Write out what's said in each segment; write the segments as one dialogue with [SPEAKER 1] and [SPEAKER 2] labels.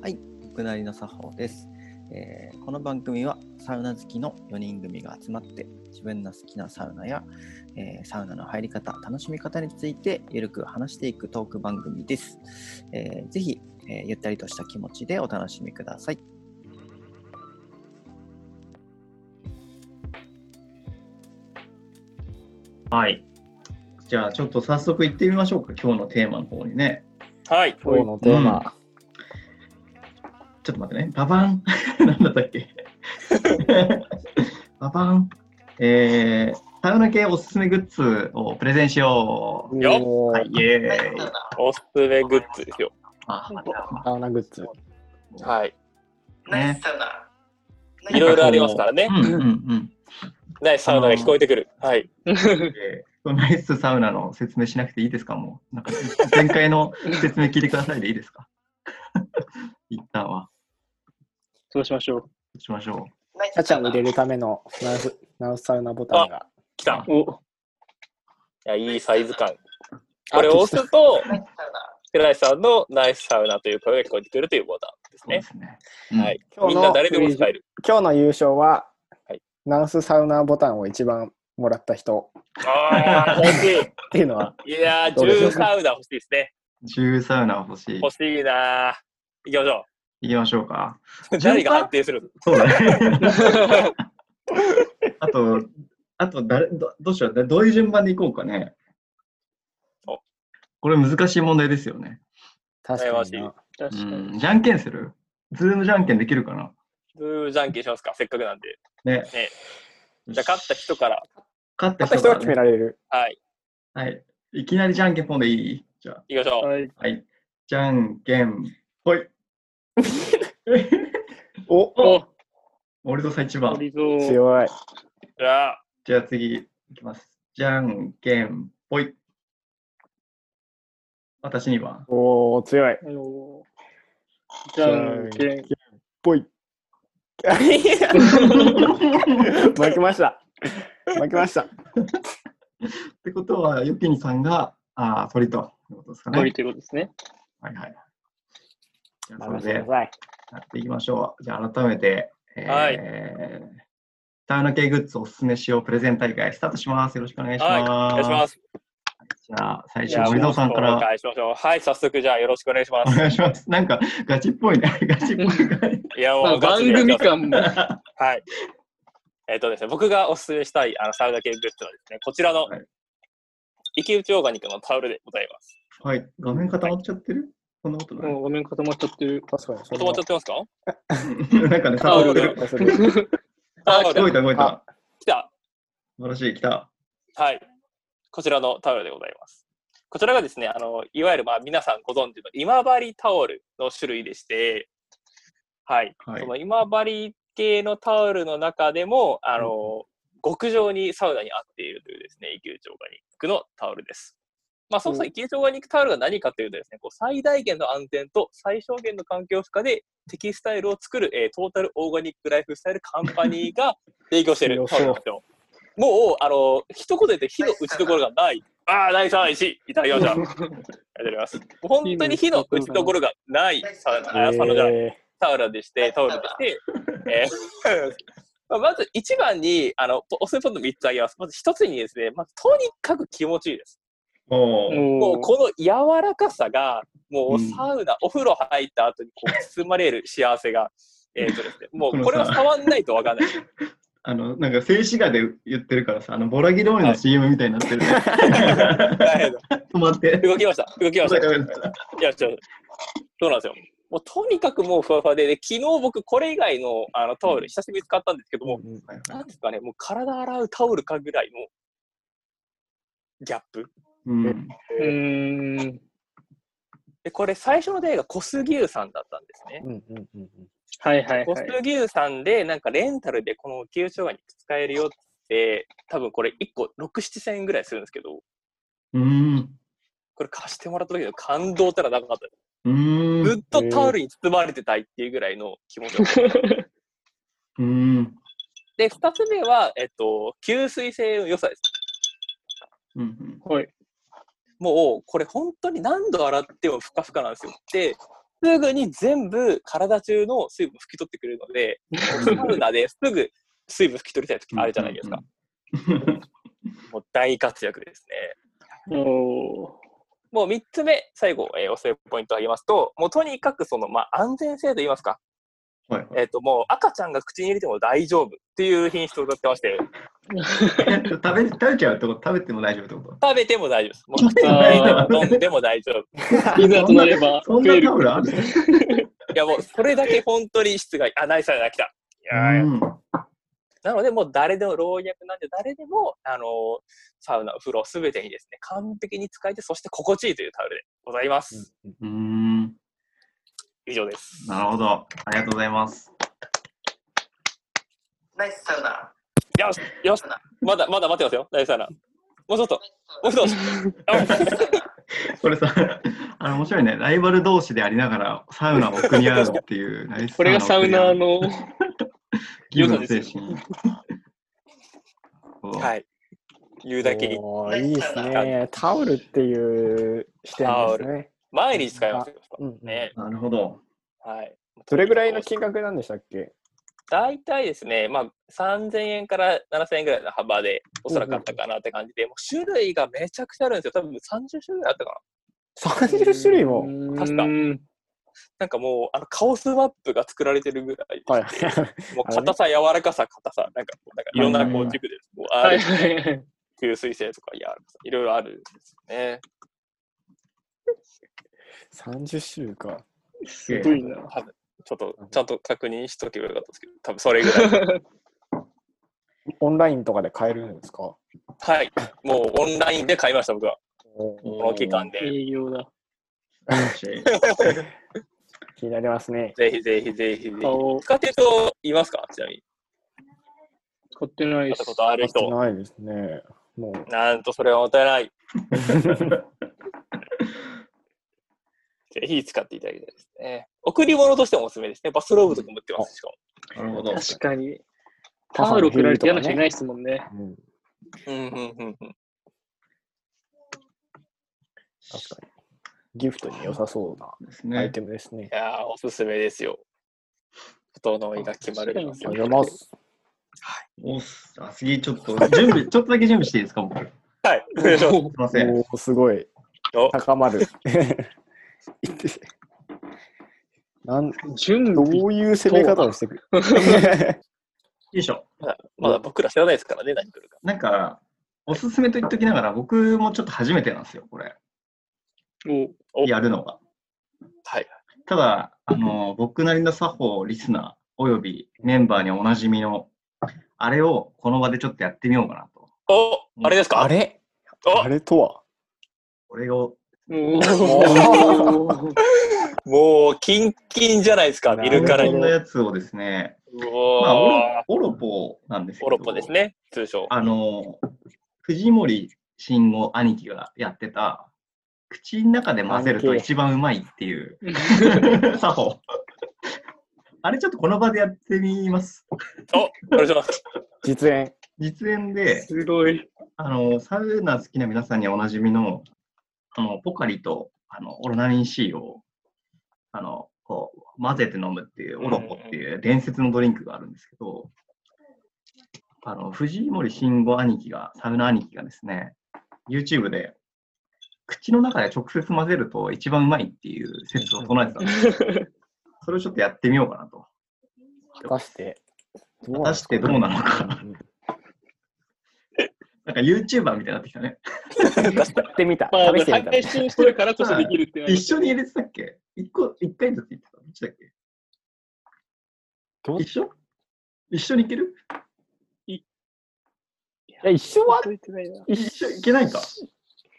[SPEAKER 1] はい、僕なりの作法です、えーこの番組はサウナ好きの4人組が集まって自分の好きなサウナや、えーサウナの入り方、楽しみ方についてゆるく話していくトーク番組です。えーぜひ、えーゆったりとした気持ちでお楽しみください。はい。じゃあちょっと早速行ってみましょうか、今日のテーマの方にね。
[SPEAKER 2] はい。
[SPEAKER 3] 今日のテーマ、
[SPEAKER 1] ちょっと待ってね。ババン なんだったっけ ババンえー、サウナ系おすすめグッズをプレゼンしよ
[SPEAKER 2] よっ
[SPEAKER 3] お
[SPEAKER 1] う。
[SPEAKER 3] ー
[SPEAKER 1] はい、イエーイ。
[SPEAKER 2] おすすめグッズですよ。
[SPEAKER 1] あ、待っ
[SPEAKER 3] サウナグッズ。
[SPEAKER 2] はい。
[SPEAKER 1] た。ね。
[SPEAKER 4] サウナ。
[SPEAKER 2] いろいろありますからね
[SPEAKER 1] う。んうんうん。
[SPEAKER 2] ナイスサウナが聞こえてくる。はい。
[SPEAKER 1] えーナイスサウナの説明しなくていいですかもう。なんか前回の説明聞いてくださいでいいですか 一旦は。
[SPEAKER 4] そうしましょう。
[SPEAKER 1] そうしましょ
[SPEAKER 3] チャチャを入れるためのナウスナウスサウナボタンが。
[SPEAKER 2] 来た。
[SPEAKER 4] お、
[SPEAKER 2] いや、いいサイズ感。これを押すと、寺井さんのナイスサウナという声が聞こえてくるというボタンで
[SPEAKER 1] う。
[SPEAKER 2] す
[SPEAKER 1] そうで
[SPEAKER 2] ね。
[SPEAKER 1] すね。。
[SPEAKER 2] はいい。みんな誰でも使える。
[SPEAKER 3] 今日の優勝は、
[SPEAKER 2] はい
[SPEAKER 3] ナウスサウナボタンを一番もらった人
[SPEAKER 2] ああ、欲し
[SPEAKER 3] っていうの は、
[SPEAKER 2] い。いやー、10サウナ欲しいですね。
[SPEAKER 1] 10サウナ欲しい。
[SPEAKER 2] 欲しいなー。行きましょ
[SPEAKER 1] 行きましょうか。
[SPEAKER 2] う。誰が判定する
[SPEAKER 1] そうだね。 あと、あと誰ど、どうしようだ、どういう順番でいこうかね
[SPEAKER 2] お。
[SPEAKER 1] これ難しい問題ですよね。
[SPEAKER 3] 確かにな。
[SPEAKER 4] 確かに。
[SPEAKER 1] うん、じゃんけんするズームじゃんけんできるかな
[SPEAKER 2] ズーじゃんけんしますか。せっかくなんで。
[SPEAKER 1] ね。
[SPEAKER 2] ねじゃあ、勝った人から。
[SPEAKER 1] 勝った
[SPEAKER 3] 勝った
[SPEAKER 1] 人から
[SPEAKER 3] 人が決
[SPEAKER 1] ね
[SPEAKER 3] められる。
[SPEAKER 2] はい。
[SPEAKER 1] はい。いきなりじゃんけんポンでいいじゃあ、
[SPEAKER 2] 行きましょう。
[SPEAKER 4] はい。
[SPEAKER 1] はい。じゃんけん、ほい。
[SPEAKER 3] お
[SPEAKER 4] お、
[SPEAKER 1] 俺とさ一番。
[SPEAKER 4] 鳥蔵。
[SPEAKER 3] 強い。
[SPEAKER 2] じゃあ、
[SPEAKER 1] じゃあ次、いきます。じゃんけん、ほい。私には。
[SPEAKER 3] おお強い。
[SPEAKER 4] あのーじゃんけん。
[SPEAKER 3] ぽい。負けました。負けました。
[SPEAKER 1] ってことは、ゆきにさんが、ああ、鳥ということですかね。
[SPEAKER 4] 鳥ということですね。
[SPEAKER 1] はいはい。じゃあそ
[SPEAKER 3] 任
[SPEAKER 1] れ
[SPEAKER 3] せ
[SPEAKER 1] で
[SPEAKER 3] てください。
[SPEAKER 1] やっていきましょう。じゃあ、改めて、えー
[SPEAKER 2] はい
[SPEAKER 1] サウナ系グッズおすすめしようプレゼン大会スタートします。よろしくお願いします。
[SPEAKER 2] お願いします。
[SPEAKER 1] じゃあ、最
[SPEAKER 2] じ
[SPEAKER 1] 初、
[SPEAKER 2] ゃあ
[SPEAKER 1] 森蔵さんか
[SPEAKER 2] 紹
[SPEAKER 1] ら
[SPEAKER 2] 介しましょう。はい、早速、じゃあ、よろしくお願いしま
[SPEAKER 1] お
[SPEAKER 2] す。
[SPEAKER 1] 願いします。なんか、ガチっぽいね。 ガチっぽい感じ。
[SPEAKER 2] いや、
[SPEAKER 4] ま
[SPEAKER 2] も
[SPEAKER 4] あ
[SPEAKER 2] うガ
[SPEAKER 4] 番
[SPEAKER 2] チでやって
[SPEAKER 4] 組
[SPEAKER 2] ます、
[SPEAKER 4] 感も。
[SPEAKER 2] はい。えっ、とですね、僕がおすすめしたいあのサウナ系グッズはですね、こちらの、
[SPEAKER 1] はい
[SPEAKER 2] 池内オーガニックのタオルでございます。
[SPEAKER 1] はい。画面固まっちゃってるそんなことない。
[SPEAKER 4] もう画面固まっちゃってる。
[SPEAKER 3] 確かに。
[SPEAKER 2] 止まっちゃってますか
[SPEAKER 1] なんかね、
[SPEAKER 4] タオ
[SPEAKER 1] 触
[SPEAKER 4] ル
[SPEAKER 1] って
[SPEAKER 4] が
[SPEAKER 1] る。
[SPEAKER 3] それは
[SPEAKER 2] あ
[SPEAKER 1] 動いた動いた
[SPEAKER 3] あ。
[SPEAKER 2] 来た。
[SPEAKER 1] 素晴らしい、来た。
[SPEAKER 2] はい。こちらのタオルでございます。こちらがですね、あの、いわゆる、まあ、皆さんご存知の今治タオルの種類でして、はい。
[SPEAKER 1] はい
[SPEAKER 2] そ。の今治系のタオルの中でも、あの、極上にサウナに合っているというですね、池内オーガニックのタオルです。まあ、そもそも池内オーガニックタオルが何かというとですね、こう最大限の安全と最小限の環境負荷でテキスタイルを作る、えートータルオーガニックライフスタイルカンパニーが提供しているタオルなんですよ。もう、あの、一言で火の打ちどころがない。ああ、第3位、1いただきました。ありがとうございます。本当に火の打ちどころがないサウナ、あサウナじゃない
[SPEAKER 3] え
[SPEAKER 2] タオルでして、タオルでして、えー まあまず一番に、あの、おすすめポイント3つあげます。まず一つにですね、まずとにかく気持ちいいです。
[SPEAKER 1] おー
[SPEAKER 4] も
[SPEAKER 2] もうこの柔らかさが、もう
[SPEAKER 1] うん
[SPEAKER 2] サウナ、お風呂入った後にこう包まれる幸せ が、えっとですね、も
[SPEAKER 1] こ
[SPEAKER 2] う
[SPEAKER 1] のさ
[SPEAKER 2] これは触んないとわかんない。
[SPEAKER 1] あの、なんか静止画で言ってるからさ、あの、ボラギローニの CM みたいになってる ね。
[SPEAKER 2] 大変だ
[SPEAKER 1] 止ま って。
[SPEAKER 2] 動きました。動きました。
[SPEAKER 1] ごめんなさい
[SPEAKER 2] いや、違う。そうなんですよ。もうとにかくもうふわふわで、で昨日僕これ以外のあのタオル久しぶりに使ったんですけども、
[SPEAKER 3] ー
[SPEAKER 2] なんですかね、もう体洗うタオルかぐらいのギャップ。
[SPEAKER 1] うん。
[SPEAKER 4] うーん。
[SPEAKER 2] で、これ最初の出会いが小杉湯さんだったんですね。
[SPEAKER 3] うんうんうんうん
[SPEAKER 4] はいはい
[SPEAKER 2] 小
[SPEAKER 4] はい。
[SPEAKER 2] 杉湯さんで、なんかレンタルでこの給障害に使えるよって、多分これ1個6、7千円ぐらいするんですけど、
[SPEAKER 1] うん。
[SPEAKER 2] これ貸してもらった時の感動たらなかったで
[SPEAKER 1] う
[SPEAKER 2] す。
[SPEAKER 1] ん
[SPEAKER 2] ずっとタオルに包まれてたいっていうぐらいの気持ちを。
[SPEAKER 1] うん。
[SPEAKER 2] で、2つ目は、えっと、吸水性の良さです。
[SPEAKER 1] うん。
[SPEAKER 4] はい。
[SPEAKER 2] もう、これ本当に何度洗ってもふかふかなんですよ。で、すぐに全部体中の水分を拭き取ってくれるので、サウナですぐ水分拭き取りたい時あるじゃないですか。もう大活躍ですね。
[SPEAKER 4] おー
[SPEAKER 2] もう3つ目、最後、えーおすすめポイントを挙げますと、もうとにかくその、まあ、安全性といいますか、
[SPEAKER 5] はいはい
[SPEAKER 2] えっともう赤ちゃんが口に入れても大丈夫っていう品質を歌ってまして、
[SPEAKER 5] 食べ食べちゃうってこと食べても大丈夫ってこ
[SPEAKER 2] 食べても大丈夫です。もう口に入れても飲んでも大丈夫。
[SPEAKER 4] いざとなれば
[SPEAKER 5] とそん
[SPEAKER 4] 増え
[SPEAKER 5] な
[SPEAKER 4] る
[SPEAKER 5] タ。オルある
[SPEAKER 2] いやもうそれだけ本当に質がいい、あ、ナイスサウナ来た。いやー
[SPEAKER 5] うん
[SPEAKER 2] なので、もう誰でも老若なんで、誰でも、あのーサウナ、お風呂、すべてにですね、完璧に使えて、そして心地いいというタオルでございます。
[SPEAKER 3] うん
[SPEAKER 5] うーん
[SPEAKER 2] 以上です。
[SPEAKER 5] なるほど。ありがとうございます。
[SPEAKER 6] ナイスサウナ。
[SPEAKER 2] よし、よし、まだ、まだ待ってますよ、ナイスサウナ。もうちょっ と、もうちょっと。あ
[SPEAKER 5] これさ、 あの面白いね。ライバル同士でありながらサウナを組み合うっていう、ナイス
[SPEAKER 4] これがサウナー
[SPEAKER 5] の
[SPEAKER 4] の、
[SPEAKER 5] ギブの精神。 そう
[SPEAKER 2] はい。言うだけに、
[SPEAKER 3] おーいいですね。タオルっていう視点ですね。
[SPEAKER 2] 毎日使いますよ。
[SPEAKER 3] うん
[SPEAKER 2] ね、
[SPEAKER 5] なるほど。
[SPEAKER 2] はい。
[SPEAKER 3] どれぐらいの金額なんでしたっけ
[SPEAKER 2] 大体ですね、まあ、3000円から7000円ぐらいの幅で、おそらくあったかなって感じで、もう種類がめちゃくちゃあるんですよ。多分30種類あったかな。
[SPEAKER 3] ?30 種類も。
[SPEAKER 2] 確か
[SPEAKER 4] うーん
[SPEAKER 2] なんかもう、あの、カオスマップが作られてるぐらいです、
[SPEAKER 3] はい。
[SPEAKER 2] もう硬さ、柔らかさ、硬さ、なんか、なんかいろんなこう軸です。もうあ
[SPEAKER 4] はい
[SPEAKER 2] る
[SPEAKER 4] はいはい。
[SPEAKER 2] 吸水性とか柔らかさ、いろいろあるんですよね。
[SPEAKER 3] 30種類か。
[SPEAKER 5] す
[SPEAKER 4] すごいな。
[SPEAKER 2] 多分ちょっと、ちゃんと確認しとけばよかったですけど、多分それぐらい。
[SPEAKER 3] オンラインとかで買えるんですか
[SPEAKER 2] はい。もうオンラインで買いました、僕は。この期間で。
[SPEAKER 4] 営業だ。
[SPEAKER 3] 気になりますね。
[SPEAKER 2] ぜひぜひぜひぜひ。
[SPEAKER 4] 顔
[SPEAKER 2] 使ってる人いますかちなみに。
[SPEAKER 4] 買ってない
[SPEAKER 2] や
[SPEAKER 4] で
[SPEAKER 2] った
[SPEAKER 4] す
[SPEAKER 2] こ。とある
[SPEAKER 3] 買って
[SPEAKER 2] 人。
[SPEAKER 3] ないですね。もう。
[SPEAKER 2] なんとそれはもったい ない。ぜひ使っていただきたいですね。贈り物としてもおすすめですね。バスローブとかも売ってますし、しかも。
[SPEAKER 5] なるほ ど。
[SPEAKER 4] 確かに。タオル送られて嫌な人いないですもんね。
[SPEAKER 2] うんう
[SPEAKER 3] うん、
[SPEAKER 2] んうんうん。
[SPEAKER 3] 確かに。ギフトに良さそうな
[SPEAKER 5] です
[SPEAKER 3] アイ
[SPEAKER 5] ね。
[SPEAKER 3] テムですね
[SPEAKER 2] い。やーおすすめですよ。整いが決まります
[SPEAKER 3] あ
[SPEAKER 2] よ。
[SPEAKER 3] りがとうございます。
[SPEAKER 5] おっす。あ、次ちょっと、準備、ち ょっとだけ準備していいですか、僕。すい
[SPEAKER 2] はい。お願いし ます
[SPEAKER 5] ません。
[SPEAKER 3] おーすごい。
[SPEAKER 2] お
[SPEAKER 3] 高まる。 なん
[SPEAKER 4] 準
[SPEAKER 3] ど
[SPEAKER 4] 備
[SPEAKER 3] ういう攻め方をしてくる
[SPEAKER 5] よいしょ。
[SPEAKER 2] まだ僕ら知らないですからね、何来るか。
[SPEAKER 5] なんか、おすすめと言っときながら、僕もちょっと初めてなんですよ、これ。
[SPEAKER 4] を
[SPEAKER 2] お
[SPEAKER 5] やるのが。
[SPEAKER 2] はい。
[SPEAKER 5] ただ、あの、僕なりの作法、リスナー、およびメンバーにおなじみの、あれをこの場でちょっとやってみようかなと。
[SPEAKER 2] おあれですか
[SPEAKER 3] あれ
[SPEAKER 2] お
[SPEAKER 3] あれとは
[SPEAKER 5] これを、
[SPEAKER 4] お
[SPEAKER 3] ー
[SPEAKER 4] ー
[SPEAKER 2] もう、キンキンじゃないですか、見るからに。
[SPEAKER 5] このやつをですね、
[SPEAKER 2] う
[SPEAKER 5] まあ、オロ
[SPEAKER 2] おー
[SPEAKER 5] オロポなんですけど、
[SPEAKER 2] オロポですね、通称。
[SPEAKER 5] あの、藤森慎吾兄貴がやってた、口の中で混ぜると一番うまいっ ていう、作法。あれちょっとこの場でやってみます。
[SPEAKER 2] お願いします。
[SPEAKER 3] 実演。
[SPEAKER 5] 実演で、
[SPEAKER 4] すごい。
[SPEAKER 5] あの、サウナ好きな皆さんにおなじみの、あの、ポカリと、あの、オロナミン C を、あの、こう、混ぜて飲むっていう、オロポっていう伝説のドリンクがあるんですけど、あの、藤森慎吾兄貴が、サウナ兄貴がですね、YouTube で、口の中で直接混ぜると一番うまいっていう説を唱えてたんですよ。それをちょっとやってみようかなと。
[SPEAKER 3] 果たして、どう
[SPEAKER 5] 果
[SPEAKER 3] な
[SPEAKER 5] た
[SPEAKER 3] の
[SPEAKER 5] してどうなのか。
[SPEAKER 3] うん
[SPEAKER 5] なんか YouTuber みたいになってきたね。
[SPEAKER 3] やってみた。
[SPEAKER 4] まあ、
[SPEAKER 3] 試してみた。
[SPEAKER 4] 配信してるからこそできるってなる
[SPEAKER 5] 一緒に入れてたっけ一個、一回ずつ言ってた。どっちだっけ
[SPEAKER 3] どうい
[SPEAKER 5] 一緒一緒にいける
[SPEAKER 3] や、一緒は
[SPEAKER 4] 届いてないな
[SPEAKER 5] 一緒いけないか。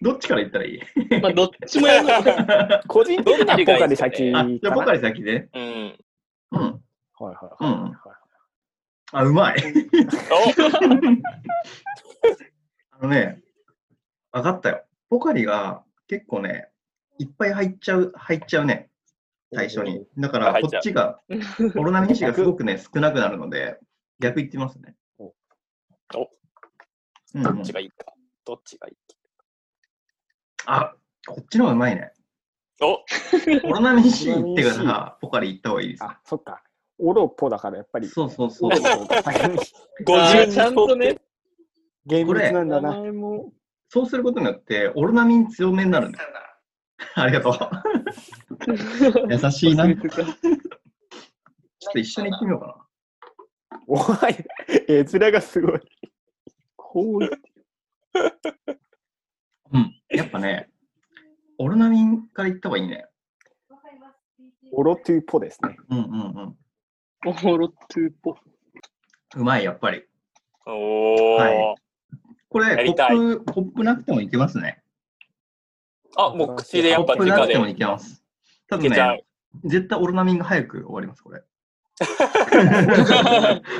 [SPEAKER 5] どっちから行ったらいい
[SPEAKER 4] まあ、どっちもやるのか。
[SPEAKER 3] 個人的なポカリ先
[SPEAKER 5] あ、
[SPEAKER 3] かな。
[SPEAKER 5] じゃあポカリ先で。
[SPEAKER 2] うん。
[SPEAKER 5] うん。
[SPEAKER 3] はいはいはいはいはい。
[SPEAKER 5] あ、うまい。あのね、分かったよ。ポカリが結構ね、いっぱい入っちゃう、入っちゃうね。最初に。だか
[SPEAKER 2] 入
[SPEAKER 5] ら、
[SPEAKER 2] っち
[SPEAKER 5] こ
[SPEAKER 2] ゃう
[SPEAKER 5] っちが、コロナミン C がすごくね、少なくなるので、逆行ってますね。
[SPEAKER 3] お
[SPEAKER 2] お
[SPEAKER 5] うん
[SPEAKER 2] ど
[SPEAKER 5] う
[SPEAKER 2] っ
[SPEAKER 5] ん
[SPEAKER 2] ちがいいか。どっちがいい
[SPEAKER 5] あ、こっちの方がうまいね。
[SPEAKER 2] お
[SPEAKER 5] オロナミン C
[SPEAKER 3] オロナミ
[SPEAKER 5] 行
[SPEAKER 3] ン
[SPEAKER 5] っ
[SPEAKER 3] C
[SPEAKER 5] てからポカリ行った方がいいですよ。
[SPEAKER 3] あ、そっか。オロポだからやっぱり。
[SPEAKER 5] そうそうそ
[SPEAKER 3] オ
[SPEAKER 5] う。
[SPEAKER 3] ロポが先に
[SPEAKER 4] あ
[SPEAKER 2] 50
[SPEAKER 4] ーちゃんとね、
[SPEAKER 3] 厳
[SPEAKER 5] これ
[SPEAKER 3] 密なんだ
[SPEAKER 4] 名
[SPEAKER 3] な。
[SPEAKER 4] 前も。
[SPEAKER 5] そうすることによって、オロナミン強めになるんだよ。ありがとう。優しい な。ちょっと一緒に行ってみようか
[SPEAKER 3] おい、絵面がすごい。
[SPEAKER 4] こうい
[SPEAKER 5] な。うん。やっぱね、オロナミンから行った方がいいね。
[SPEAKER 3] オロトゥポですね。
[SPEAKER 5] うんうんうん。
[SPEAKER 4] オロトゥーポ。
[SPEAKER 5] うまい、やっぱり。
[SPEAKER 2] おー、
[SPEAKER 5] はいこれ、
[SPEAKER 2] やり
[SPEAKER 5] コ
[SPEAKER 2] たい
[SPEAKER 5] ップ、コップなくてもいけますね。
[SPEAKER 2] あ、もう口でやっぱ
[SPEAKER 5] コップな
[SPEAKER 2] 直
[SPEAKER 5] くても
[SPEAKER 2] で
[SPEAKER 5] いけます。ただ
[SPEAKER 2] いけちゃう
[SPEAKER 5] ね、。絶対オロナミンが早く終わりま す、これ。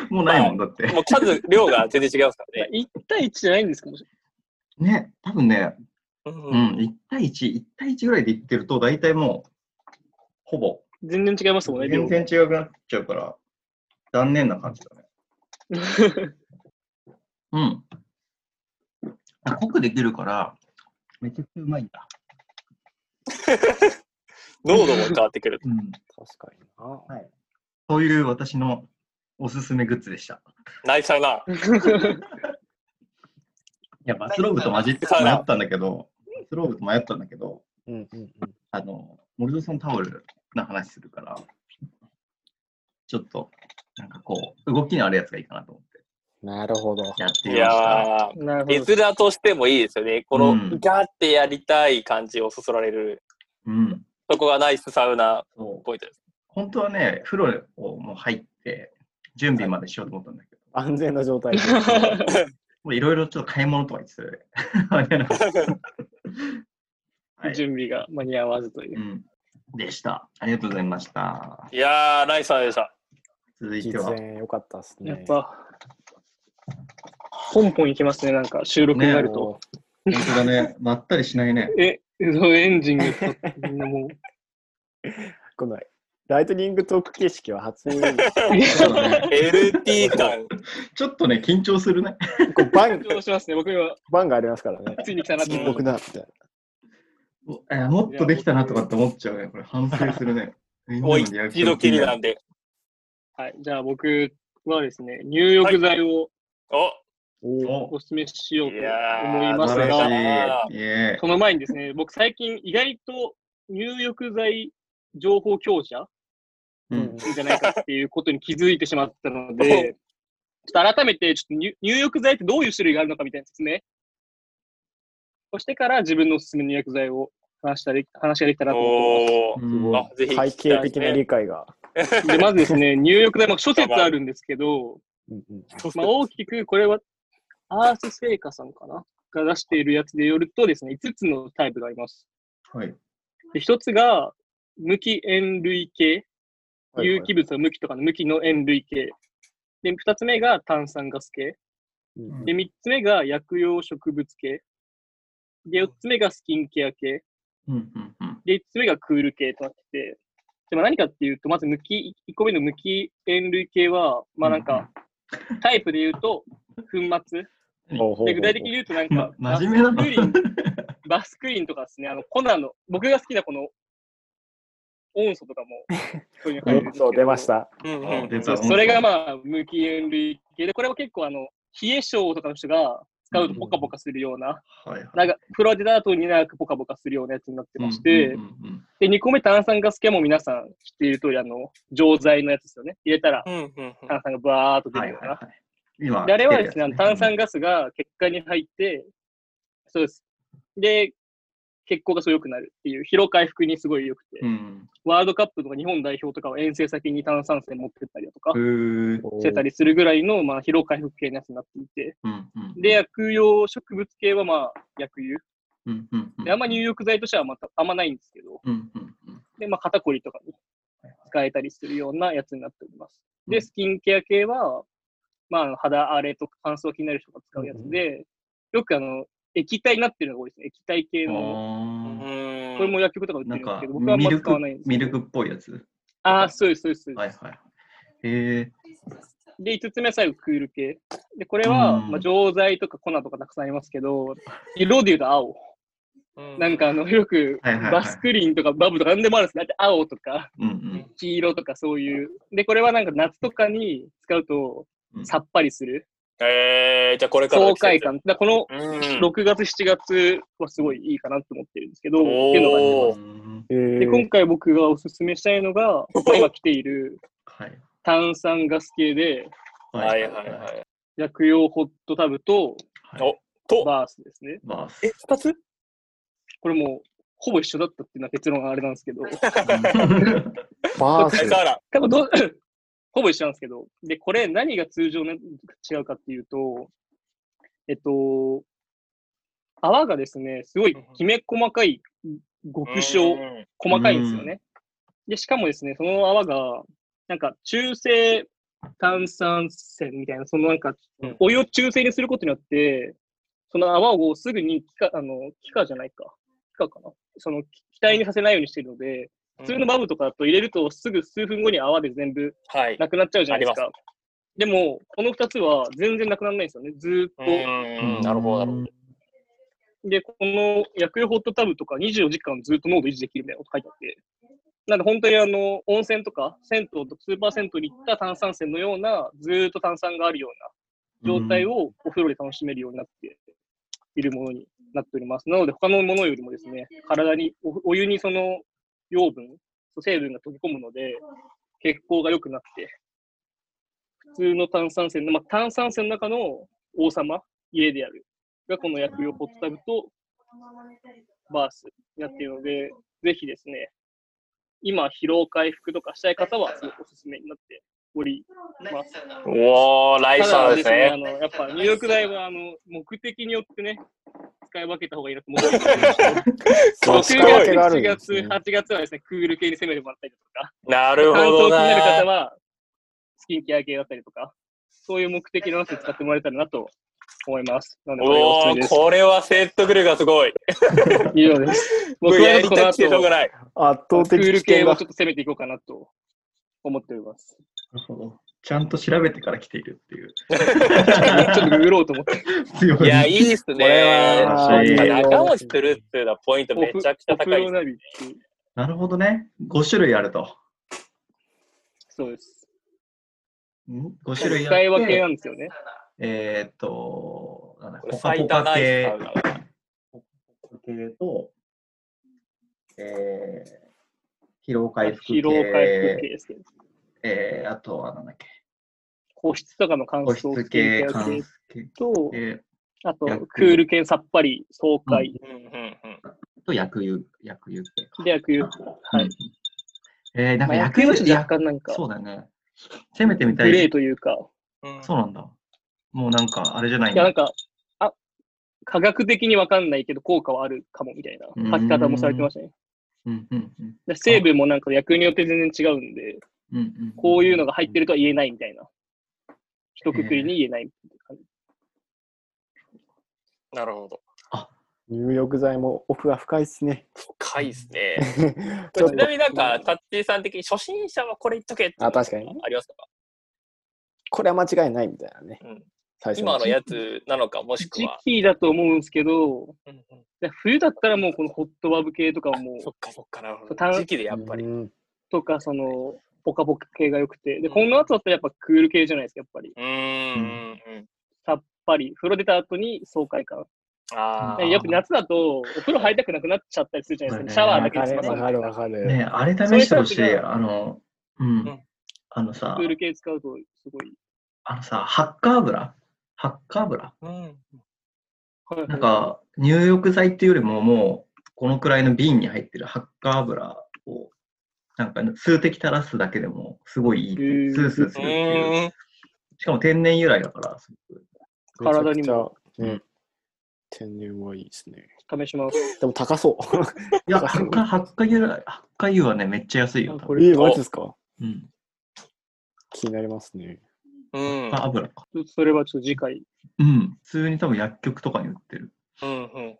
[SPEAKER 5] もうないもんだって。
[SPEAKER 2] もう数、量が全然違いますか
[SPEAKER 4] ま
[SPEAKER 2] ら
[SPEAKER 4] あ
[SPEAKER 2] ね。
[SPEAKER 4] 1対1じゃないんですかもし
[SPEAKER 5] ね、多分ね、
[SPEAKER 2] う
[SPEAKER 5] うんん、1対1、1対1ぐらいでいってると、大体もう、ほぼ、
[SPEAKER 4] れない全然違いますもんね。
[SPEAKER 5] 全然違くなっちゃうから、残念な感じだね。
[SPEAKER 4] 量
[SPEAKER 5] うん。あ濃くできるから、めちゃくちゃうまいんだ。
[SPEAKER 2] 濃度も変わってくる。
[SPEAKER 5] うん。
[SPEAKER 3] 確かにな。
[SPEAKER 5] そういう私のおすすめグッズでした。
[SPEAKER 2] ナイスサウナ。
[SPEAKER 5] いや、バスローブと混じって
[SPEAKER 2] そう
[SPEAKER 5] 迷
[SPEAKER 2] だ
[SPEAKER 5] ったんだけど、バスローブと迷ったんだけど、
[SPEAKER 3] うんうんうん。
[SPEAKER 5] あの、モルドソンタオルの話するから、ちょっと、なんかこう、動きのあるやつがいいかなと思って、
[SPEAKER 3] なるほど。
[SPEAKER 5] やって
[SPEAKER 2] い
[SPEAKER 5] みました。
[SPEAKER 2] や
[SPEAKER 4] なる
[SPEAKER 2] ー、絵
[SPEAKER 4] ほど。
[SPEAKER 2] 面としてもいいですよね。この、
[SPEAKER 5] うん
[SPEAKER 2] ガーってやりたい感じをそそられる。
[SPEAKER 5] うん。
[SPEAKER 2] そこがナイスサウナ
[SPEAKER 5] そう
[SPEAKER 2] ポイントです。
[SPEAKER 5] 本当はね、風呂をもう入って、準備までしようと思ったんだけど、
[SPEAKER 3] 安全な状態で。
[SPEAKER 5] もういろいろちょっと買い物とか言ってたよね間に合わなか った。は い。
[SPEAKER 4] 準備が間に合わずという
[SPEAKER 5] う。ん。でした。ありがとうございました。
[SPEAKER 2] いやー、ナイスサウナでした。
[SPEAKER 5] 続いて
[SPEAKER 3] 実
[SPEAKER 5] は、
[SPEAKER 3] 演良かったですね。
[SPEAKER 4] やっぱ、ポンポンいきますね、なんか収録になると。
[SPEAKER 3] おー
[SPEAKER 5] 本当だね、まったりしないね。
[SPEAKER 4] え、そうエンジンがかかってみんなもう。
[SPEAKER 3] このライトニングトーク形式は初に
[SPEAKER 5] そうだね
[SPEAKER 2] LT 感。
[SPEAKER 5] ちょっとね、緊張するね。
[SPEAKER 3] こうバン
[SPEAKER 4] 緊張しますね、僕今、
[SPEAKER 3] バンがありますからね。
[SPEAKER 4] ついに来たなと
[SPEAKER 3] 沈
[SPEAKER 4] 思っ
[SPEAKER 3] 黙
[SPEAKER 4] て
[SPEAKER 3] だみたいな。
[SPEAKER 5] おえーもっとできたなとかって思っちゃうね。これ反省する ね。みんな
[SPEAKER 2] も
[SPEAKER 5] の
[SPEAKER 2] う
[SPEAKER 5] リアクシ
[SPEAKER 2] 一
[SPEAKER 5] ョ
[SPEAKER 2] 度
[SPEAKER 5] ン気
[SPEAKER 2] き
[SPEAKER 5] に
[SPEAKER 2] り
[SPEAKER 5] な
[SPEAKER 2] な
[SPEAKER 5] る
[SPEAKER 2] んで。
[SPEAKER 4] はい、じゃあ僕はですね、入浴剤を
[SPEAKER 2] お
[SPEAKER 3] お
[SPEAKER 5] お
[SPEAKER 4] お勧めしようと
[SPEAKER 2] いやー
[SPEAKER 4] 思います
[SPEAKER 5] 素晴
[SPEAKER 4] が、
[SPEAKER 5] らしい。イエ
[SPEAKER 4] その前にですね、 僕最近意外と入浴剤情報強者
[SPEAKER 5] ーイ。うん
[SPEAKER 4] じゃないかっていうことに気づいてしまった ので、ちょっと改めてちょっと入入浴剤ってどういう種類があるのかみたいな説明そしてから自分のおすすめの入浴剤を話したり話ができたらと思って
[SPEAKER 2] おー。
[SPEAKER 5] うん
[SPEAKER 3] ごい
[SPEAKER 2] あ、ぜひ聞きたい
[SPEAKER 3] 体
[SPEAKER 2] ですね
[SPEAKER 3] 系的な理解が。
[SPEAKER 4] ます。で、まずですね、入浴剤、まあ、諸説あるんですけど、
[SPEAKER 3] うんうん
[SPEAKER 4] まあ、大きくこれはアース製菓さんかなが出しているやつでよるとですね、5つのタイプがあります。
[SPEAKER 5] はい。
[SPEAKER 4] で1つが無機塩類系、
[SPEAKER 3] はいはい
[SPEAKER 4] 有機物は無機とかの無機の塩類系。で、2つ目が炭酸ガス系。
[SPEAKER 3] うん
[SPEAKER 4] で、3つ目が薬用植物系。で、4つ目がスキンケア系。
[SPEAKER 5] うんうんうん
[SPEAKER 4] で、5つ目がクール系となってて。でも何かっていうと、まず無機、1個目の無機塩類系は、まあなんか、タイプで言うと、粉末。
[SPEAKER 3] ほうほうほう
[SPEAKER 4] で具体的に言うと、なん
[SPEAKER 5] ま
[SPEAKER 4] か、、
[SPEAKER 5] 真面目
[SPEAKER 4] バ
[SPEAKER 5] なの
[SPEAKER 4] スクリン、バスクリンとかですね、あの、コナンの、僕が好きなこの、音素とかも、そういうの入 るんですけ
[SPEAKER 3] そ
[SPEAKER 4] ど
[SPEAKER 3] う、出まし。た。
[SPEAKER 2] うんう
[SPEAKER 5] あ
[SPEAKER 2] ん
[SPEAKER 5] 出
[SPEAKER 4] そ
[SPEAKER 5] た
[SPEAKER 4] うそれがまあ、無機塩類系で、これは結構あの、冷え性とかの人が使うとポカポカするような、
[SPEAKER 5] はい
[SPEAKER 4] な
[SPEAKER 5] は
[SPEAKER 4] ん
[SPEAKER 5] い。
[SPEAKER 4] か、風呂出た後に長くポカポカするようなやつになってまして、
[SPEAKER 5] うんうんうん
[SPEAKER 4] で、2個目炭酸ガス系も皆さん知っている通り、あの、錠剤のやつですよね。入れたら
[SPEAKER 2] うんうんうん
[SPEAKER 4] 炭酸がバーっと出
[SPEAKER 5] は
[SPEAKER 4] る
[SPEAKER 5] い
[SPEAKER 4] よう
[SPEAKER 5] は
[SPEAKER 4] な。
[SPEAKER 5] いはい。今
[SPEAKER 4] であれはですね、あの炭酸
[SPEAKER 5] が。
[SPEAKER 4] ガスが血管に入って、そうです。で、血行がそう良くなるっていう、疲労回復にすごい良くて、
[SPEAKER 5] うん。
[SPEAKER 4] ワールドカップとか日本代表とかは遠征先に炭酸泉持ってったりだとか
[SPEAKER 5] う、ー
[SPEAKER 4] してたりするぐらいの、まあ、疲労回復系のやつになっていて、
[SPEAKER 5] うんうん
[SPEAKER 4] で、薬用植物系はまあ、薬油。
[SPEAKER 5] うんうんうん
[SPEAKER 4] で、あんま入浴剤としてはまたあんまないんですけど、
[SPEAKER 5] うんうんうん
[SPEAKER 4] で、まあ、肩こりとかに使えたりするようなやつになっております。で、スキンケア系は、まあ、肌荒れとか乾燥気になる人が使うやつで、よくあの、液体になってるのが多いですね。液体系の。
[SPEAKER 5] あ
[SPEAKER 2] うん
[SPEAKER 4] これも薬局とか売っ
[SPEAKER 5] ーな
[SPEAKER 4] てる
[SPEAKER 5] ん
[SPEAKER 4] んです
[SPEAKER 5] か
[SPEAKER 4] けど、僕はあん
[SPEAKER 5] ミ
[SPEAKER 4] ま
[SPEAKER 5] ル
[SPEAKER 4] 使
[SPEAKER 5] ク
[SPEAKER 4] わないんですけ
[SPEAKER 5] ミ
[SPEAKER 4] ど。
[SPEAKER 5] ルクっぽいやつ。
[SPEAKER 4] ああ、そうです、そうです。そうです
[SPEAKER 5] はいはい。へえ。
[SPEAKER 4] で、5つ目は最後、クール系。で、これは、
[SPEAKER 5] うん
[SPEAKER 4] まあ、錠剤とか粉とかたくさんありますけど、色で言うと青。
[SPEAKER 2] うん
[SPEAKER 4] なんかあの、よく
[SPEAKER 5] はいはいはい
[SPEAKER 4] バスクリーンとかバブとか何でもあるんですよ。だって青とか
[SPEAKER 5] うんうん
[SPEAKER 4] 黄色とかそういう。で、これはなんか夏とかに使うと
[SPEAKER 5] うん
[SPEAKER 4] さっぱりする。
[SPEAKER 2] えー、じゃあこれからの
[SPEAKER 4] 爽
[SPEAKER 2] 季節
[SPEAKER 4] 快。感。だからこ
[SPEAKER 2] う
[SPEAKER 4] の
[SPEAKER 2] ん。
[SPEAKER 4] 6月、7月はすごいいいかなと思ってるんですけど、って
[SPEAKER 2] おー
[SPEAKER 4] いうのがあります
[SPEAKER 2] お
[SPEAKER 5] うん
[SPEAKER 3] え
[SPEAKER 4] で、
[SPEAKER 3] ー
[SPEAKER 4] 今回僕がおすすめしたいのが、
[SPEAKER 2] お
[SPEAKER 4] 今来ている
[SPEAKER 5] はい
[SPEAKER 4] 炭酸ガス系で、
[SPEAKER 2] はいはいはい。
[SPEAKER 4] 薬用ホットタブと
[SPEAKER 5] はい
[SPEAKER 2] と、
[SPEAKER 4] バースですね。
[SPEAKER 5] まあ
[SPEAKER 2] え、二つ
[SPEAKER 4] これもう、ほぼ一緒だったっていうのは結論があれなんですけど、
[SPEAKER 5] うん
[SPEAKER 3] バー
[SPEAKER 2] え
[SPEAKER 3] ス
[SPEAKER 2] サーラ。
[SPEAKER 4] 多分どう ほぼ一緒なんですけど、で、これ何が通常の違うかっていうと、えっと、泡がですね、すごいきめ細かい、極小、
[SPEAKER 2] うん
[SPEAKER 4] 細かいんですよね。で、しかもですね、その泡が、なんか中性炭酸泉みたいな、そのなんか
[SPEAKER 2] うん、
[SPEAKER 4] お湯を中性にすることによって、その泡をすぐに気化、あの、気化じゃないか。気化かな。その、気体にさせないようにしてるので、普通のバブとかだと入れるとすぐ数分後に泡で全部
[SPEAKER 2] はい。
[SPEAKER 4] なくなっちゃうじゃないです
[SPEAKER 2] あ
[SPEAKER 4] か。でも、この2つは全然なくならないんですよね。ずーっと。
[SPEAKER 2] うん、なるほど、なるほど。
[SPEAKER 4] で、この薬用ホットタブとか24時間ずっと濃度維持できるみたいなこと書いてあって、なんで本当にあの、温泉とか、銭湯とかスーパー銭湯に行った炭酸泉のような、ずーっと炭酸があるような状態をお風呂で楽しめるようになっているものになっております。なので、他のものよりもですね、体にお、お湯にその養分、成分が溶け込むので、血行が良くなって、普通の炭酸泉の、まあ、炭酸泉の中の王様、家である。がこの薬用ホットタブとバースになっているので、ぜひですね、今、疲労回復とかしたい方は、すごくおすすめになっております。
[SPEAKER 2] おー、ライ
[SPEAKER 4] た
[SPEAKER 2] サ
[SPEAKER 4] だ
[SPEAKER 2] ー
[SPEAKER 4] で
[SPEAKER 2] ですす
[SPEAKER 4] ね、
[SPEAKER 2] ね
[SPEAKER 4] あ。のやっぱ入浴剤はあの目的によってね、使い分けた方がいいなと思 うんですけど、
[SPEAKER 3] そう
[SPEAKER 2] か
[SPEAKER 4] 6
[SPEAKER 2] っ
[SPEAKER 4] 月、
[SPEAKER 2] こいい
[SPEAKER 4] 7月、
[SPEAKER 3] すごい
[SPEAKER 4] 8月はですね、クール系に攻めてもらったりとか、
[SPEAKER 2] なるほ
[SPEAKER 4] 乾燥
[SPEAKER 2] ど
[SPEAKER 4] 気になる
[SPEAKER 2] な。
[SPEAKER 4] 方は、スキンケア系だったりとか、そういう目的に合わせて使ってもらえたらなと思います。なので、これがおすす
[SPEAKER 2] お
[SPEAKER 4] めで
[SPEAKER 2] ー、
[SPEAKER 4] す。
[SPEAKER 2] これは説得力がすごい。
[SPEAKER 4] 以 上です。僕は
[SPEAKER 2] やり
[SPEAKER 4] ちょっとこの
[SPEAKER 2] たくてしょう
[SPEAKER 4] 後
[SPEAKER 2] がない。
[SPEAKER 3] 圧倒
[SPEAKER 4] ク
[SPEAKER 3] 的
[SPEAKER 4] ー
[SPEAKER 3] 危
[SPEAKER 4] ル系
[SPEAKER 3] 険
[SPEAKER 4] を
[SPEAKER 3] が
[SPEAKER 4] ちょっと攻めていこうかなと思ってお ります。
[SPEAKER 5] なるほどちゃんと調べてから来ているっ ていう。
[SPEAKER 4] ちょっ とググろうと思って。
[SPEAKER 5] 強
[SPEAKER 2] いや、いいっす
[SPEAKER 3] これ
[SPEAKER 2] ね。
[SPEAKER 5] は
[SPEAKER 3] あー
[SPEAKER 5] 素晴らしい
[SPEAKER 2] 長持ちするっていうのはポイントめちゃくちゃ
[SPEAKER 4] オフ
[SPEAKER 2] 高いです。
[SPEAKER 4] ロナビっていう。
[SPEAKER 5] なるほどね。5種類あると。
[SPEAKER 4] そうです。
[SPEAKER 5] ん5種類
[SPEAKER 4] 使い
[SPEAKER 5] あっ
[SPEAKER 4] 分けな
[SPEAKER 5] て、
[SPEAKER 4] んですよね。
[SPEAKER 5] えーっと、なんだ
[SPEAKER 2] こ
[SPEAKER 5] ポ
[SPEAKER 2] れ
[SPEAKER 5] カポ
[SPEAKER 2] 最
[SPEAKER 5] カ
[SPEAKER 2] 多ナイスサウ、ナだ
[SPEAKER 5] 系
[SPEAKER 2] な。
[SPEAKER 5] ポカ系と、えー、疲労回復系、
[SPEAKER 4] 疲労回復系ですけど。
[SPEAKER 5] えー、あとはなんだっけ、
[SPEAKER 4] 保湿とかの乾
[SPEAKER 5] 保
[SPEAKER 4] 燥
[SPEAKER 5] 湿
[SPEAKER 4] スキンケ
[SPEAKER 5] 系、
[SPEAKER 4] ア
[SPEAKER 5] 関
[SPEAKER 4] 系
[SPEAKER 5] 係
[SPEAKER 4] と、
[SPEAKER 5] 系
[SPEAKER 4] あと
[SPEAKER 5] 薬
[SPEAKER 4] クール系さっぱり、爽快
[SPEAKER 2] うんうんうん。
[SPEAKER 5] と薬油、薬油系か。
[SPEAKER 4] で薬油。はい
[SPEAKER 5] うん。えー、なん
[SPEAKER 4] ま
[SPEAKER 5] か
[SPEAKER 4] あ
[SPEAKER 5] 薬
[SPEAKER 4] 薬油は
[SPEAKER 5] 油、
[SPEAKER 4] 若干なんか、
[SPEAKER 5] そうだよね。攻めてみた
[SPEAKER 4] グレー
[SPEAKER 5] い。
[SPEAKER 4] というか、
[SPEAKER 2] うん
[SPEAKER 5] そうなんだ。もうなんか、あれじゃない
[SPEAKER 4] いやなん
[SPEAKER 5] だ。
[SPEAKER 4] か、あ、科学的にわかんないけど効果はあるかもみたいな
[SPEAKER 5] うん
[SPEAKER 4] 書き方もされてましたね。
[SPEAKER 5] うんうんうん
[SPEAKER 4] で成分もなんか薬によって全然違うんで、
[SPEAKER 5] うんうん
[SPEAKER 4] こういうのが入ってるとは言えないみたいな。一括りに言えないみたいな感じ。
[SPEAKER 2] なるほど。
[SPEAKER 3] 入浴剤も奥が深いですね。
[SPEAKER 2] 深いっすね。
[SPEAKER 3] ち
[SPEAKER 2] これ
[SPEAKER 3] ょ
[SPEAKER 2] ち
[SPEAKER 3] っ
[SPEAKER 2] な
[SPEAKER 3] と
[SPEAKER 2] みになんか、タッチーさん的に初心者はこれ言っとけっていうの
[SPEAKER 3] あ確かにね
[SPEAKER 2] ありますか
[SPEAKER 3] これは間違いないみたいなね。
[SPEAKER 2] うん
[SPEAKER 3] 最初
[SPEAKER 2] 今のやつなのか、もしく
[SPEAKER 4] 時
[SPEAKER 2] は。
[SPEAKER 4] 期だと思うんですけど、
[SPEAKER 2] うんうん
[SPEAKER 4] で冬だったらもうこのホットバブ系とかも
[SPEAKER 2] そっかそっかなるほど。
[SPEAKER 4] た
[SPEAKER 2] 時期でやっぱり。
[SPEAKER 3] うん
[SPEAKER 4] とか、その、ポカポカ系が良くて。で、この後だったらやっぱクール系じゃないですか、やっぱり。
[SPEAKER 2] うーん。うん
[SPEAKER 4] さっぱり。風呂出た後に爽快感。
[SPEAKER 2] ああ。
[SPEAKER 4] でやっぱ夏だと、お風呂入りたくなくなっちゃったりするじゃないですか。シャワー
[SPEAKER 3] わ
[SPEAKER 4] だけ
[SPEAKER 3] か
[SPEAKER 4] で済
[SPEAKER 3] る
[SPEAKER 4] まさ
[SPEAKER 3] わ
[SPEAKER 4] な
[SPEAKER 3] か
[SPEAKER 4] い
[SPEAKER 3] るわかる。
[SPEAKER 5] ねあれ試してほし
[SPEAKER 4] そういう人たち
[SPEAKER 5] い。あの、うん。
[SPEAKER 2] うん
[SPEAKER 5] あのさ
[SPEAKER 4] クー、ル系使うとすごい。
[SPEAKER 5] あのさ、ハッカー油ハッカー油
[SPEAKER 2] うん。
[SPEAKER 4] はい
[SPEAKER 5] なんか、入浴剤っていうよりも、もう、このくらいの瓶に入ってるハッカー油を、なんか、数滴垂らすだけでも、すごいいいっていう。ス
[SPEAKER 4] へー
[SPEAKER 5] ースーす
[SPEAKER 2] う
[SPEAKER 5] るっていう。
[SPEAKER 2] ーん。
[SPEAKER 5] しかも天然由来だから、すごく
[SPEAKER 4] 体にも
[SPEAKER 3] めちゃくちゃ。ね天然はいいですね。
[SPEAKER 4] 試します。
[SPEAKER 3] でも高そう。
[SPEAKER 5] いや、
[SPEAKER 3] 高
[SPEAKER 5] ハ
[SPEAKER 3] そう
[SPEAKER 5] ッカー、ハッカー由来、ハッカー油はね、めっちゃ安いよ。多
[SPEAKER 4] こ
[SPEAKER 5] 分
[SPEAKER 4] れ
[SPEAKER 3] え、マジですか
[SPEAKER 5] うん。
[SPEAKER 3] 気になりますね。
[SPEAKER 2] うん。
[SPEAKER 5] ハッカー油か。
[SPEAKER 4] それはちょっと次回。
[SPEAKER 5] うん。普通に多分薬局とかに売ってる。
[SPEAKER 2] うんうん。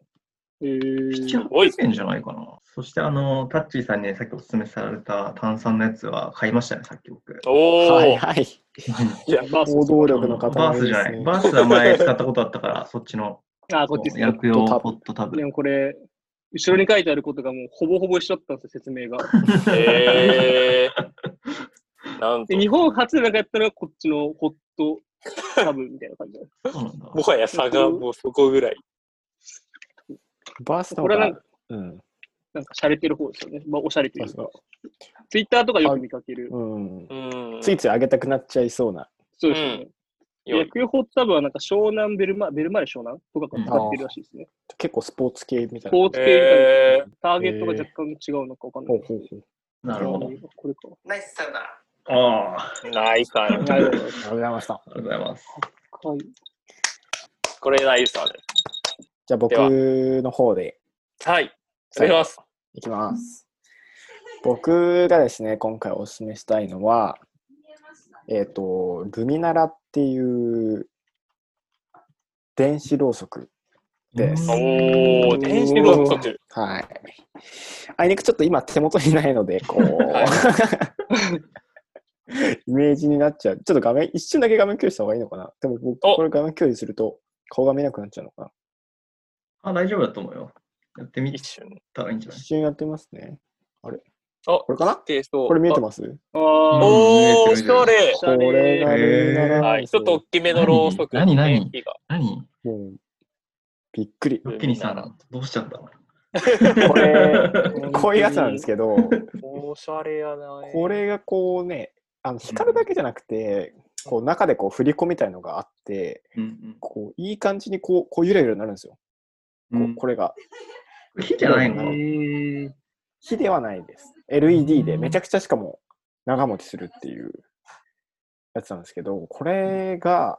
[SPEAKER 4] えー、
[SPEAKER 2] ごいっ
[SPEAKER 5] 700円じゃないかな。そして、あの、タッチーさんにさっきお勧めされた炭酸のやつは買いましたね、さっき僕。
[SPEAKER 2] お
[SPEAKER 3] はい
[SPEAKER 2] ー。
[SPEAKER 3] はい。
[SPEAKER 4] やバース
[SPEAKER 3] 行動力の塊
[SPEAKER 5] バースじゃない。バースは前使ったことあったから、そっちの
[SPEAKER 4] あ、こっちですね。
[SPEAKER 5] 薬用ポットタブ
[SPEAKER 4] で。もこれ、後ろに書いてあることがもうほぼほぼ一緒だったんですよ、説明が。
[SPEAKER 2] えー、なんと
[SPEAKER 4] で、日本初でなかったのがこっちのホットサブみたいな感じなんです。
[SPEAKER 5] そうなんだ。
[SPEAKER 2] もはや差がもうそこぐらい。
[SPEAKER 3] バースの
[SPEAKER 4] これはなん
[SPEAKER 3] がうん。
[SPEAKER 4] なんか洒落てる方ですよね。まあ、おしゃれて
[SPEAKER 3] そう
[SPEAKER 4] る。
[SPEAKER 3] そ
[SPEAKER 4] ツイッターとかよく見かける
[SPEAKER 3] う。。うん。
[SPEAKER 2] うん。
[SPEAKER 3] ついつい上げたくなっちゃいそうな。
[SPEAKER 4] そうですよね。
[SPEAKER 2] よい
[SPEAKER 4] ヤクホッタブはなんか湘南ベルマ、ベルマーレ湘南とかが使ってるらしいですね。
[SPEAKER 3] 結構スポーツ系みた
[SPEAKER 4] ス
[SPEAKER 3] いな。
[SPEAKER 4] ポーツ系みたいな。
[SPEAKER 2] え
[SPEAKER 4] ターゲットが若干違うのかわかんな
[SPEAKER 3] ほう
[SPEAKER 4] い。
[SPEAKER 3] ほうほう
[SPEAKER 5] なるほど。
[SPEAKER 4] これか。
[SPEAKER 1] ナイスサウナ。
[SPEAKER 5] ああ、
[SPEAKER 2] ー、ないかな。
[SPEAKER 4] はいは
[SPEAKER 3] あ
[SPEAKER 4] いはい
[SPEAKER 3] りがとうございました。
[SPEAKER 5] ありがとうございます。
[SPEAKER 4] はい。
[SPEAKER 2] これないさで
[SPEAKER 3] じゃあ僕
[SPEAKER 2] では。
[SPEAKER 3] の方です
[SPEAKER 2] はい。お願いします。
[SPEAKER 3] い きます。僕がですね、今回お勧めしたいのは、えっ、と、ルミナラっていう電子ろうそくです。
[SPEAKER 5] うん
[SPEAKER 2] おー、電子六角。
[SPEAKER 3] はい。あいにくちょっと今手元にないので、こう、 イメージになっちゃう。ちょっと画面、一瞬だけ画面共有した方がいいのかな。でも僕、
[SPEAKER 2] お
[SPEAKER 3] これ画面共有すると顔が見えなくなっちゃうのかな。
[SPEAKER 5] あ、大丈夫だと思うよ。やってみ
[SPEAKER 2] 一瞬。
[SPEAKER 5] たらいいんじゃな
[SPEAKER 3] 一
[SPEAKER 5] い
[SPEAKER 3] 瞬やってみますね。
[SPEAKER 2] あ、
[SPEAKER 3] これかな
[SPEAKER 2] でそう
[SPEAKER 3] これ見えてます
[SPEAKER 4] ああ、
[SPEAKER 2] おー、
[SPEAKER 5] うん
[SPEAKER 2] おしゃれ。
[SPEAKER 3] これがルミナラ
[SPEAKER 2] は、
[SPEAKER 3] ないん
[SPEAKER 2] ちょっと大きめのろうそく。
[SPEAKER 5] 何何
[SPEAKER 2] 電気が
[SPEAKER 5] 何
[SPEAKER 3] もう、びっくり。
[SPEAKER 5] ロッケにさ、どうしちゃったの
[SPEAKER 3] これ、こういうやつなんですけど、
[SPEAKER 2] おしゃれやな。
[SPEAKER 3] これがこうね、あの光るだけじゃなくて、こう中でこう振り子みたいのがあって、
[SPEAKER 5] うん
[SPEAKER 3] こういい感じにこうこうゆらゆらになるんですよ。
[SPEAKER 5] う
[SPEAKER 3] こ
[SPEAKER 5] ん。
[SPEAKER 3] うこれが。
[SPEAKER 5] れ、火じゃないの
[SPEAKER 4] うん。
[SPEAKER 3] 火ではないです。LED でめちゃくちゃしかも長持ちするっていうやつなんですけど、これが、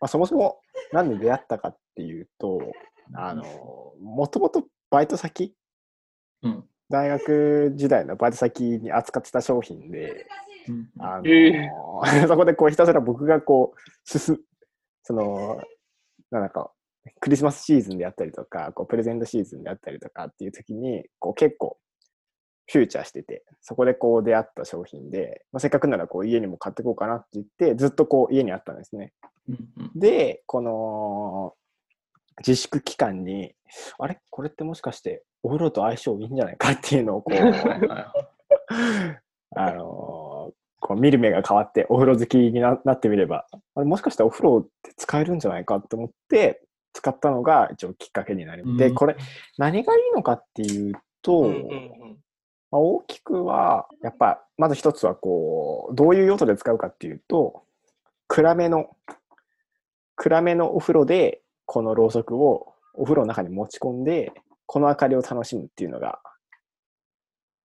[SPEAKER 3] まあ、そもそもなんで出会ったかっていうと、あの、もともとバイト先、
[SPEAKER 5] うん
[SPEAKER 3] 大学時代のバイト先に扱ってた商品で、
[SPEAKER 5] うん
[SPEAKER 3] あの
[SPEAKER 4] え
[SPEAKER 3] そこでこうひたすら僕がこう、進む、その、なんか、クリスマスシーズンであったりとか、こうプレゼントシーズンであったりとかっていう時に、こう結構、フューチャーしてて、そこでこう出会った商品で、まあ、せっかくならこう家にも買ってこうかなって言って、ずっとこう家にあったんですね。
[SPEAKER 5] うんうん
[SPEAKER 3] で、この自粛期間に、あれこれってもしかしてお風呂と相性いいんじゃないかっていうのをこう、
[SPEAKER 5] はいはい
[SPEAKER 3] あのーこう見る目が変わってお風呂好きにななってみればあれもしかしたらお風呂って使えるんじゃないかと思って使ったのが一応きっかけになります。で
[SPEAKER 5] うん
[SPEAKER 3] これ何がいいのかっていうと、
[SPEAKER 2] うんうん
[SPEAKER 3] まあ、大きくはやっぱまず一つはこうどういう用途で使うかっていうと暗めの暗めのお風呂でこのろうそくをお風呂の中に持ち込んでこの明かりを楽しむっていうのが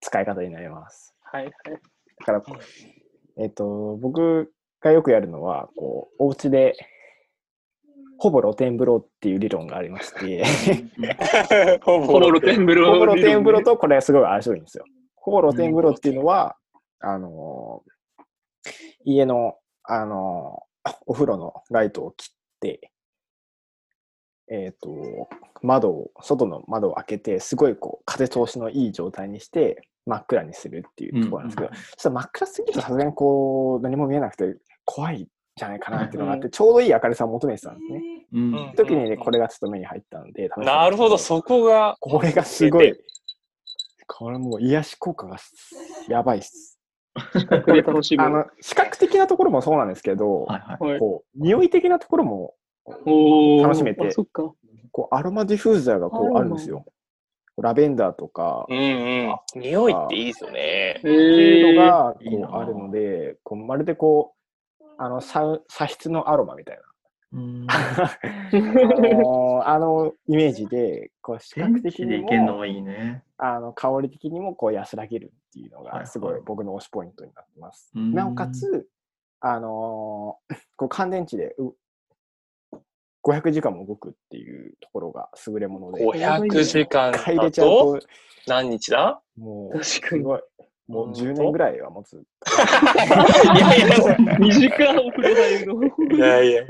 [SPEAKER 3] 使い方になります。
[SPEAKER 4] はいはい。
[SPEAKER 3] だから、えっ、と、僕がよくやるのは、こう、お家で、ほぼ露天風呂っていう理論がありまして、
[SPEAKER 2] うん。ほ
[SPEAKER 4] ほぼ露天風呂
[SPEAKER 3] ほぼ露天風呂
[SPEAKER 4] と。
[SPEAKER 3] とこれすごい相性いいんですよ。ほぼ露天風呂っていうのは、あのー家の、あのーお風呂のライトを切って、えっ、と、窓を、外の窓を開けて、すごいこう、風通しのいい状態にして、真っ暗にするっていう ところなんですけど、ちょっと真っ暗すぎるとさすがにこう、何も見えなくて怖いんじゃないかなっていうのがあって、ちょうどいい明るさを求めてたんですね。
[SPEAKER 5] うん
[SPEAKER 2] うん
[SPEAKER 3] 時にね、これがちょっと目に入ったので、試したんですけ
[SPEAKER 2] なるほど、そこが。
[SPEAKER 3] これがすごい。これもう癒し効果がすやばいっす。
[SPEAKER 4] これ楽し む
[SPEAKER 3] あ。の、視覚的なところもそうなんですけど、
[SPEAKER 5] はいはい。
[SPEAKER 4] はい
[SPEAKER 3] こう、匂い的なところも、
[SPEAKER 4] おー
[SPEAKER 3] 楽しめて
[SPEAKER 4] あそっか。
[SPEAKER 3] こう、アロマディフューザーが
[SPEAKER 4] アロ
[SPEAKER 3] こう
[SPEAKER 4] マ
[SPEAKER 3] あるんですよ。ラベンダーとか、
[SPEAKER 2] うんうん。匂いっていいですよね。
[SPEAKER 4] え
[SPEAKER 3] っていうの
[SPEAKER 4] ー。
[SPEAKER 3] が
[SPEAKER 5] いいな
[SPEAKER 3] こうあるので、こうまるでこう、あの、さ茶室のアロマみたいな。
[SPEAKER 5] うん
[SPEAKER 3] あのーあのイメージで、こう視覚
[SPEAKER 5] 電
[SPEAKER 3] 的
[SPEAKER 5] 気
[SPEAKER 3] に
[SPEAKER 5] でいけるの
[SPEAKER 3] も
[SPEAKER 5] もいいね。
[SPEAKER 3] あの香り的にもこう安らげるっていうの
[SPEAKER 5] はいは
[SPEAKER 3] が
[SPEAKER 5] い
[SPEAKER 3] すごい僕の推しポイントになってます。
[SPEAKER 5] うん
[SPEAKER 3] なおかつ、あのー こう乾電池でう500時間も動くっていうところが優れもので、
[SPEAKER 2] 500時間
[SPEAKER 3] 買い入
[SPEAKER 2] だ
[SPEAKER 3] れちゃう
[SPEAKER 2] と
[SPEAKER 3] と、
[SPEAKER 2] 何日だ
[SPEAKER 3] もう、す
[SPEAKER 4] 確かに。
[SPEAKER 3] ごい、もう10年ぐらいは持つ。
[SPEAKER 2] いやいやい
[SPEAKER 4] 2時間お風呂入るの。
[SPEAKER 2] やいや。
[SPEAKER 3] っ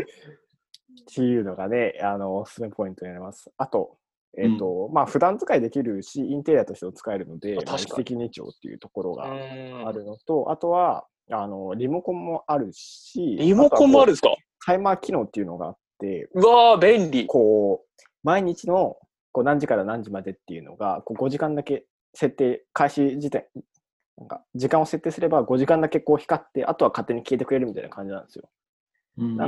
[SPEAKER 3] ていうのがね、あの、おすすめポイントになります。あと、えっ、と、まあ、普段使いできるし、インテリアとしても使えるので、
[SPEAKER 2] あ
[SPEAKER 3] まあ
[SPEAKER 2] 確
[SPEAKER 3] 一
[SPEAKER 2] かに
[SPEAKER 3] 石二鳥っていうところが
[SPEAKER 2] うん
[SPEAKER 3] あるのと、あとは、あの、リモコンもあるし、
[SPEAKER 2] リモコンもあるん
[SPEAKER 3] あとは
[SPEAKER 2] で
[SPEAKER 3] こ
[SPEAKER 2] すか
[SPEAKER 3] うタイマー機能っていうのがあって、
[SPEAKER 2] うわー、便利。
[SPEAKER 3] こう、毎日のこう何時から何時までっていうのが、こう5時間だけ設定、開始時点、なんか時間を設定すれば5時間だけこう光って、あとは勝手に消えてくれるみたいな感じなんですよ。
[SPEAKER 5] な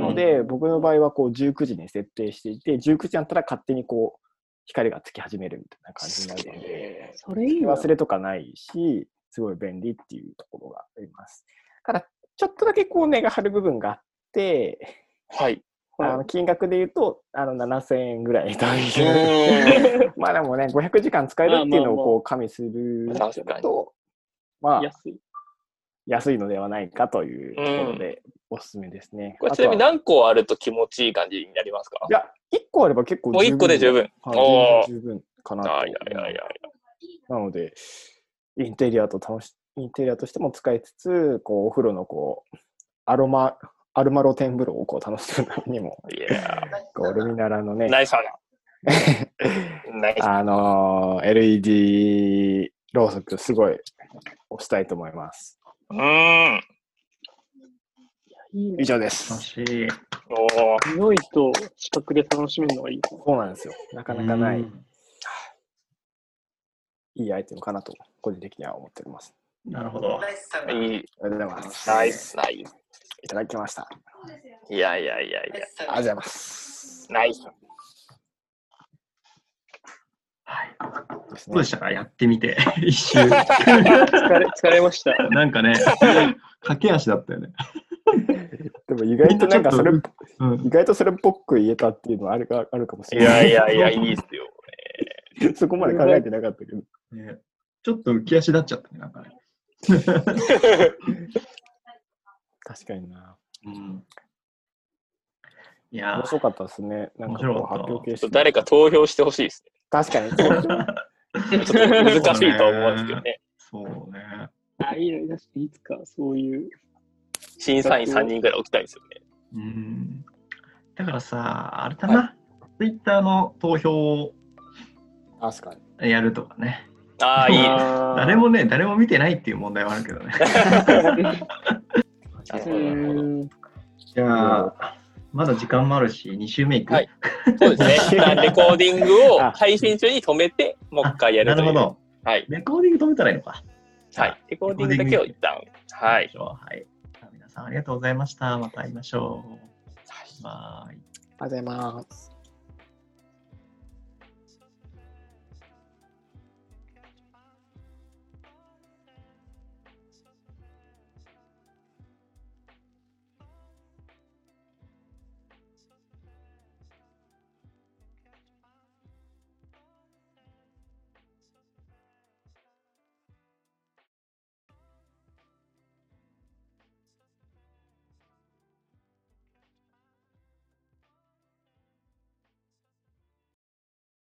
[SPEAKER 3] なので、僕の場合はこう19時に設定していて、19時になったら勝手にこう光がつき始めるみたいな感じになるので、
[SPEAKER 6] それい いわ。
[SPEAKER 3] 忘れとかないし、すごい便利っていうところがあります。ただ、ちょっとだけこう値が張る部分があって、
[SPEAKER 2] はい。
[SPEAKER 3] あの金額で言うとあの7000円ぐらいと
[SPEAKER 2] う
[SPEAKER 3] いう。
[SPEAKER 2] ーん。
[SPEAKER 3] まあでもね、500時間使えるっていうのを
[SPEAKER 4] まあまあまあ
[SPEAKER 3] こう加味する
[SPEAKER 2] 確かに
[SPEAKER 3] と、まあ
[SPEAKER 4] 安い。
[SPEAKER 3] 安いのではないかというところでおすすめですね。
[SPEAKER 2] これちなみに
[SPEAKER 3] あとは
[SPEAKER 2] 何個あると気持ちいい感じになりますか
[SPEAKER 3] いや、1個あれば結構
[SPEAKER 2] もう一個で十分。
[SPEAKER 3] はい
[SPEAKER 2] おー
[SPEAKER 3] 十分十分かなと。
[SPEAKER 2] あいやいやいやいや。
[SPEAKER 3] なので、インテリアと楽し、インテリアとしても使いつつ、こう、お風呂のこう、アロマ、アルマ露天風呂をこう楽しむため にも、
[SPEAKER 2] いや
[SPEAKER 3] こうルミナラの
[SPEAKER 2] ー、
[SPEAKER 3] ね、
[SPEAKER 2] ナイスサウナ。 ナイス。
[SPEAKER 3] あのー LED ろうそく、すごい押したいと思います。
[SPEAKER 2] うーん。
[SPEAKER 4] いいね
[SPEAKER 3] 以上で
[SPEAKER 5] 楽
[SPEAKER 3] す。
[SPEAKER 5] しい。
[SPEAKER 2] おー
[SPEAKER 4] 匂いと視覚で楽しめるのがいい。
[SPEAKER 3] そうなんですよ。なかなかな
[SPEAKER 5] う
[SPEAKER 3] い、
[SPEAKER 5] ん
[SPEAKER 3] いいアイテムかなと、個人的には思っております。
[SPEAKER 5] なるほど。
[SPEAKER 2] いい。
[SPEAKER 3] ありがとうございます。
[SPEAKER 2] ナイス、ナイス。
[SPEAKER 3] いただきました。あり
[SPEAKER 2] いやいやいやいや。
[SPEAKER 3] がとうございます。
[SPEAKER 2] ナイス。
[SPEAKER 5] はい。
[SPEAKER 3] ですね
[SPEAKER 5] どうでしたかやってみて。 一周。
[SPEAKER 4] 疲れ、 疲れました。
[SPEAKER 5] なんかね、駆け足だったよね。
[SPEAKER 3] でも意外となんかそれ
[SPEAKER 5] みんなちょうん
[SPEAKER 3] 意外とそれっぽく言えたっていうのはあるかあるかもし
[SPEAKER 2] い
[SPEAKER 3] れな
[SPEAKER 2] や
[SPEAKER 3] い。
[SPEAKER 2] いやいや、いいっすよ。
[SPEAKER 3] そこまで考えてなかったけど。
[SPEAKER 5] ねちょっと浮き足立っちゃったね、なんかね。
[SPEAKER 3] 確かにな。
[SPEAKER 5] うんいや
[SPEAKER 3] 面
[SPEAKER 5] ー、
[SPEAKER 3] 白かったですね。なんか
[SPEAKER 5] 面白
[SPEAKER 3] こう
[SPEAKER 5] かった
[SPEAKER 3] 発表系して。
[SPEAKER 2] 誰か投票してほしいです
[SPEAKER 3] 確かに。そう
[SPEAKER 2] ね。ちょっと難しいとは思うんですけどね。
[SPEAKER 5] そうね。
[SPEAKER 4] あ、いいね。確かにいつかそういう。
[SPEAKER 2] 審査員3人ぐらい置きたいですよね。
[SPEAKER 5] うん。だからさ、あれだな。ツイッターの投票を
[SPEAKER 3] 確かに。
[SPEAKER 5] やるとかね。
[SPEAKER 2] ああ、いいです。
[SPEAKER 5] 誰
[SPEAKER 4] 誰
[SPEAKER 5] もね、誰も見てないっていう問題はあるけ どね。
[SPEAKER 2] なるほど、なるほど。
[SPEAKER 5] じゃあ、まだ時間もあるし、2週目いく。
[SPEAKER 2] はいそうですね。 一旦レコーディングを配信中に止めて、もう一回やる
[SPEAKER 5] な
[SPEAKER 2] と
[SPEAKER 5] る
[SPEAKER 2] い
[SPEAKER 5] ほ
[SPEAKER 2] う。
[SPEAKER 5] ど。
[SPEAKER 2] はい。
[SPEAKER 5] レコーディング止めたらいいのか。
[SPEAKER 2] はい。レコーディングだけを一旦。は
[SPEAKER 5] はいい。。はい。じゃあ皆さんありがとうございました。また会いましょう。バ
[SPEAKER 3] あ
[SPEAKER 5] イ。
[SPEAKER 3] りがとうございます。